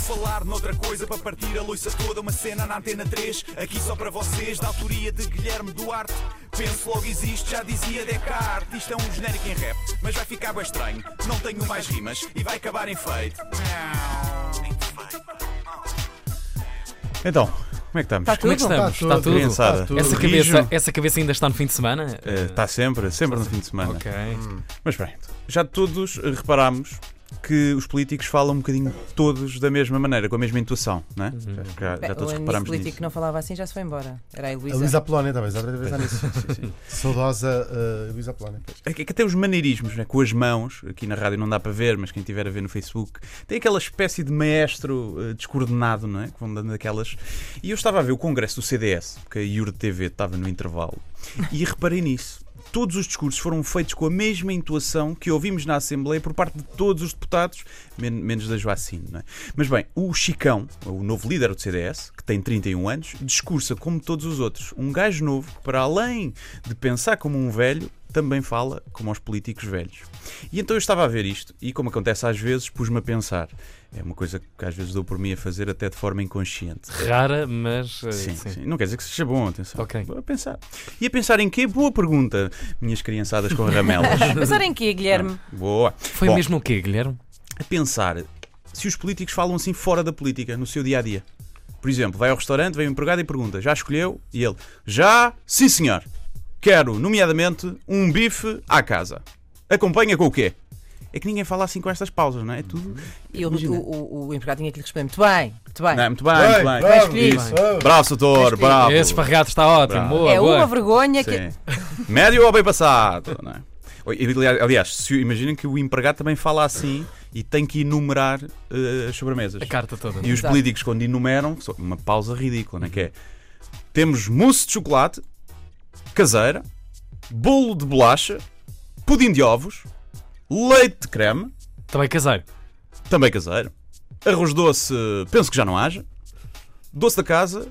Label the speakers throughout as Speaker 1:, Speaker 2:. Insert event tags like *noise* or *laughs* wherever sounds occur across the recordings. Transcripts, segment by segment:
Speaker 1: falar noutra coisa para partir a louça toda. Uma cena na antena 3, aqui só para vocês, da autoria de Guilherme Duarte. Penso logo existe, já dizia Descartes. Isto é um genérico em rap, mas vai ficar bem estranho. Não tenho mais rimas e vai acabar em feito.
Speaker 2: Então, como é que
Speaker 1: tá?
Speaker 2: estamos? Tá
Speaker 3: Está Tá tudo?
Speaker 4: é que estamos?
Speaker 3: Está tudo?
Speaker 2: Criançada.
Speaker 4: Tudo. Essa,
Speaker 2: Rijo.
Speaker 4: cabeça, essa cabeça ainda está no fim de semana?
Speaker 2: Eh,
Speaker 1: Tá
Speaker 2: Está sempre, sempre no fim de semana.
Speaker 4: Ok.
Speaker 2: Mas bem, já todos eh, reparámos que os políticos falam um bocadinho todos da mesma maneira, com a mesma intuação, não é? Já, já
Speaker 3: Uhum. Bem,
Speaker 2: todos
Speaker 3: o
Speaker 2: reparámos
Speaker 3: político
Speaker 2: nisso.
Speaker 3: que não falava assim já se foi embora. Era a
Speaker 5: A
Speaker 3: Luísa.
Speaker 5: Luísa Apolónia, talvez, estava a pensar nisso.
Speaker 2: Sim, sim.
Speaker 5: *laughs* Saudosa eh, Luísa Apolónia.
Speaker 2: É que é que até os maneirismos, né, com as mãos, aqui na rádio não dá para ver, mas quem tiver a ver no Facebook, tem aquela espécie de maestro eh, descoordenado, não é? Que vão dando aquelas. E eu estava a ver o congresso do CDS, porque a IUR TV estava no intervalo, e reparei nisso. Todos os discursos foram feitos com a mesma intuação que ouvimos na Assembleia por parte de todos os deputados, men- menos da Joacine. Não é? Mas bem, o Chicão, o novo líder do CDS, que tem 31 anos, discursa como todos os outros. Um gajo novo que, para além de pensar como um velho, também fala como aos políticos velhos. E então eu estava a ver isto, e como acontece às vezes, pus-me a pensar. É uma coisa que às vezes dou por mim a fazer até de forma inconsciente.
Speaker 4: Rara, mas. eh,
Speaker 2: Sim, sim. Não quer dizer que seja bom, atenção.
Speaker 4: Ok.
Speaker 2: Vou a pensar. E a pensar em quê? Boa pergunta, minhas criançadas com *laughs* ramelas.
Speaker 3: Pensar em quê, Guilherme?
Speaker 2: Boa.
Speaker 4: Foi
Speaker 2: Bom.
Speaker 4: mesmo o quê, Guilherme?
Speaker 2: A pensar se os políticos falam assim fora da política, no seu dia a dia. Por exemplo, vai ao restaurante, vem um empregado e pergunta: já escolheu? E ele: já? Sim, senhor. Quero, nomeadamente, um bife à casa. Acompanha com o quê? É que ninguém fala assim com estas pausas, não é? É tudo.
Speaker 3: E o,
Speaker 2: Imagina.
Speaker 3: o, o, o empregado tinha que lhe responder. Muito bem, muito bem.
Speaker 2: Não, é? muito bem, muito bem.
Speaker 3: vamos,
Speaker 2: Isso.
Speaker 5: vamos.
Speaker 2: Bravo, doutor,
Speaker 3: Mas-
Speaker 2: bravo.
Speaker 4: Esse esparregado está ótimo.
Speaker 2: Ah, Bravo.
Speaker 4: Boa,
Speaker 3: é
Speaker 4: boa.
Speaker 3: uma vergonha que.
Speaker 2: Sim. *laughs* Médio ou bem passado? Não é? Oi, e, aliás- Aliás, se, imaginem que o empregado também fala assim e tem que enumerar eh, as sobremesas.
Speaker 4: A carta toda.
Speaker 2: E os
Speaker 3: Exato.
Speaker 2: políticos, quando enumeram, só uma pausa ridícula, não é? Que é: temos mousse de chocolate, caseira, bolo de bolacha, pudim de ovos, leite de creme,
Speaker 4: Também caseiro.
Speaker 2: também caseiro, arroz doce, penso que já não haja, doce da casa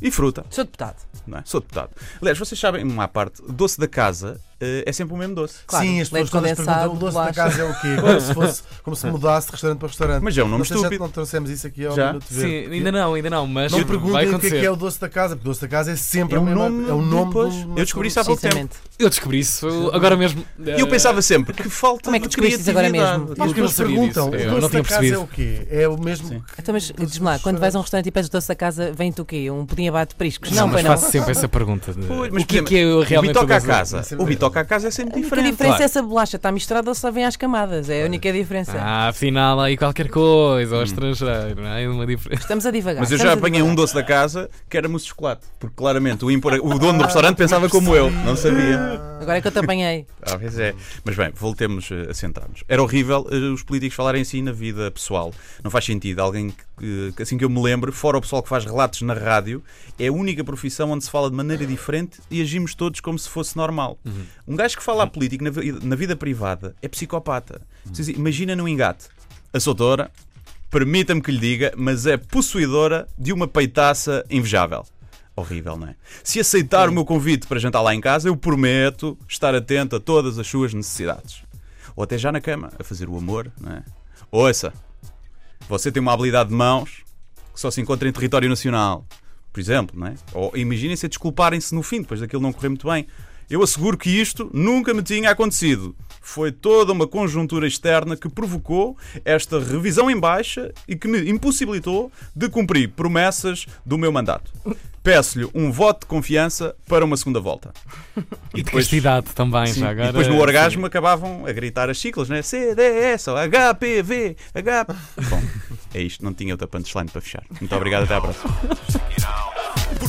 Speaker 2: e fruta
Speaker 3: Sou deputado.
Speaker 2: não é? Sou deputado. Aliás, vocês sabem, uma à parte, doce da casa eh, é sempre o mesmo doce.
Speaker 3: Claro,
Speaker 5: Sim, as pessoas
Speaker 3: leite
Speaker 5: todas perguntam
Speaker 3: condensado,
Speaker 5: o doce da
Speaker 3: bolacha.
Speaker 5: casa é o quê? Como se, fosse, como se mudasse de restaurante para restaurante.
Speaker 2: Mas é um nome
Speaker 5: não sei se
Speaker 2: estúpido.
Speaker 5: Já não trouxemos isso aqui ao
Speaker 2: Já?
Speaker 5: Minuto
Speaker 4: Sim,
Speaker 5: Verde.
Speaker 4: ainda não, ainda não, mas.
Speaker 5: Não
Speaker 4: vai
Speaker 5: perguntem o que é,
Speaker 4: acontecer.
Speaker 5: que é o doce da casa, porque o doce da casa é sempre
Speaker 2: É um
Speaker 5: a mesma-
Speaker 2: nome
Speaker 5: é um nome
Speaker 2: depois.
Speaker 5: de uma-
Speaker 2: Eu descobri isso há pouco tempo.
Speaker 3: Precisamente.
Speaker 4: Eu descobri isso agora mesmo.
Speaker 2: E eu pensava sempre, que falta
Speaker 3: Como é que
Speaker 2: de
Speaker 3: descobriste isso agora
Speaker 2: criatividade.
Speaker 3: mesmo?
Speaker 5: As
Speaker 4: Eu não
Speaker 5: pessoas
Speaker 4: sabia
Speaker 5: perguntam,
Speaker 4: disso.
Speaker 5: o
Speaker 4: Eu
Speaker 5: doce
Speaker 4: não tinha
Speaker 5: da casa é
Speaker 4: percebido.
Speaker 5: o quê? É o mesmo
Speaker 2: Sim.
Speaker 5: que
Speaker 3: Então, mas diz-me lá, quando vais a um restaurante e pedes doce da casa, vem tu o quê? Um pudim abate de priscos? Não,
Speaker 4: Não, mas
Speaker 3: pois não.
Speaker 4: faço sempre essa pergunta. de-
Speaker 2: Pois, mas
Speaker 4: o que é
Speaker 2: por
Speaker 4: que é
Speaker 2: O
Speaker 4: realmente
Speaker 2: bitoca à
Speaker 4: doce da-
Speaker 2: casa. O bitoca à casa é sempre
Speaker 3: A única
Speaker 2: diferente.
Speaker 3: diferença
Speaker 4: claro.
Speaker 3: é se a bolacha está misturada ou se vem às camadas. É a única diferença.
Speaker 4: Ah, afinal, há aí qualquer coisa,
Speaker 2: Hum.
Speaker 4: ao estrangeiro, não é? Uma diferença.
Speaker 3: Estamos a divagar.
Speaker 2: Mas eu já
Speaker 3: estamos a
Speaker 2: apanhei um
Speaker 3: divagar.
Speaker 2: doce da casa que era mousse de chocolate. Porque claramente o, impor- o dono do restaurante pensava como eu. Não sabia.
Speaker 3: Agora é que eu te apanhei.
Speaker 2: Talvez é. Mas bem, voltemos eh, a centrar-nos. Era horrível eh, os políticos falarem assim na vida pessoal. Não faz sentido. Alguém que, que, assim que eu me lembro, fora o pessoal que faz relatos na rádio, é a única profissão onde se fala de maneira diferente e agimos todos como se fosse normal. Um gajo que fala a político na, vi- na vida privada é psicopata. Vocês Imagina no engate. A doutora, permita-me que lhe diga, mas é possuidora de uma peitaça invejável. Horrível, não é? Se aceitar o meu convite para jantar lá em casa, eu prometo estar atento a todas as suas necessidades. Ou até já na cama, a fazer o amor, não é? Ouça, você tem uma habilidade de mãos que só se encontra em território nacional, por exemplo, não é? Ou imaginem-se a desculparem-se no fim, depois daquilo não correr muito bem. Eu asseguro que isto nunca me tinha acontecido. Foi toda uma conjuntura externa que provocou esta revisão em baixa e que me impossibilitou de cumprir promessas do meu mandato. Peço-lhe um voto de confiança para uma segunda volta.
Speaker 4: *laughs* E de castidade também,
Speaker 2: Sim,
Speaker 4: já agora. é
Speaker 2: e depois no
Speaker 4: sim.
Speaker 2: orgasmo acabavam a gritar as siglas, né? C, D, S, ou HPV, H. Bom, é isto, não tinha outra punchline para fechar. Muito obrigado, até à próxima.
Speaker 1: Por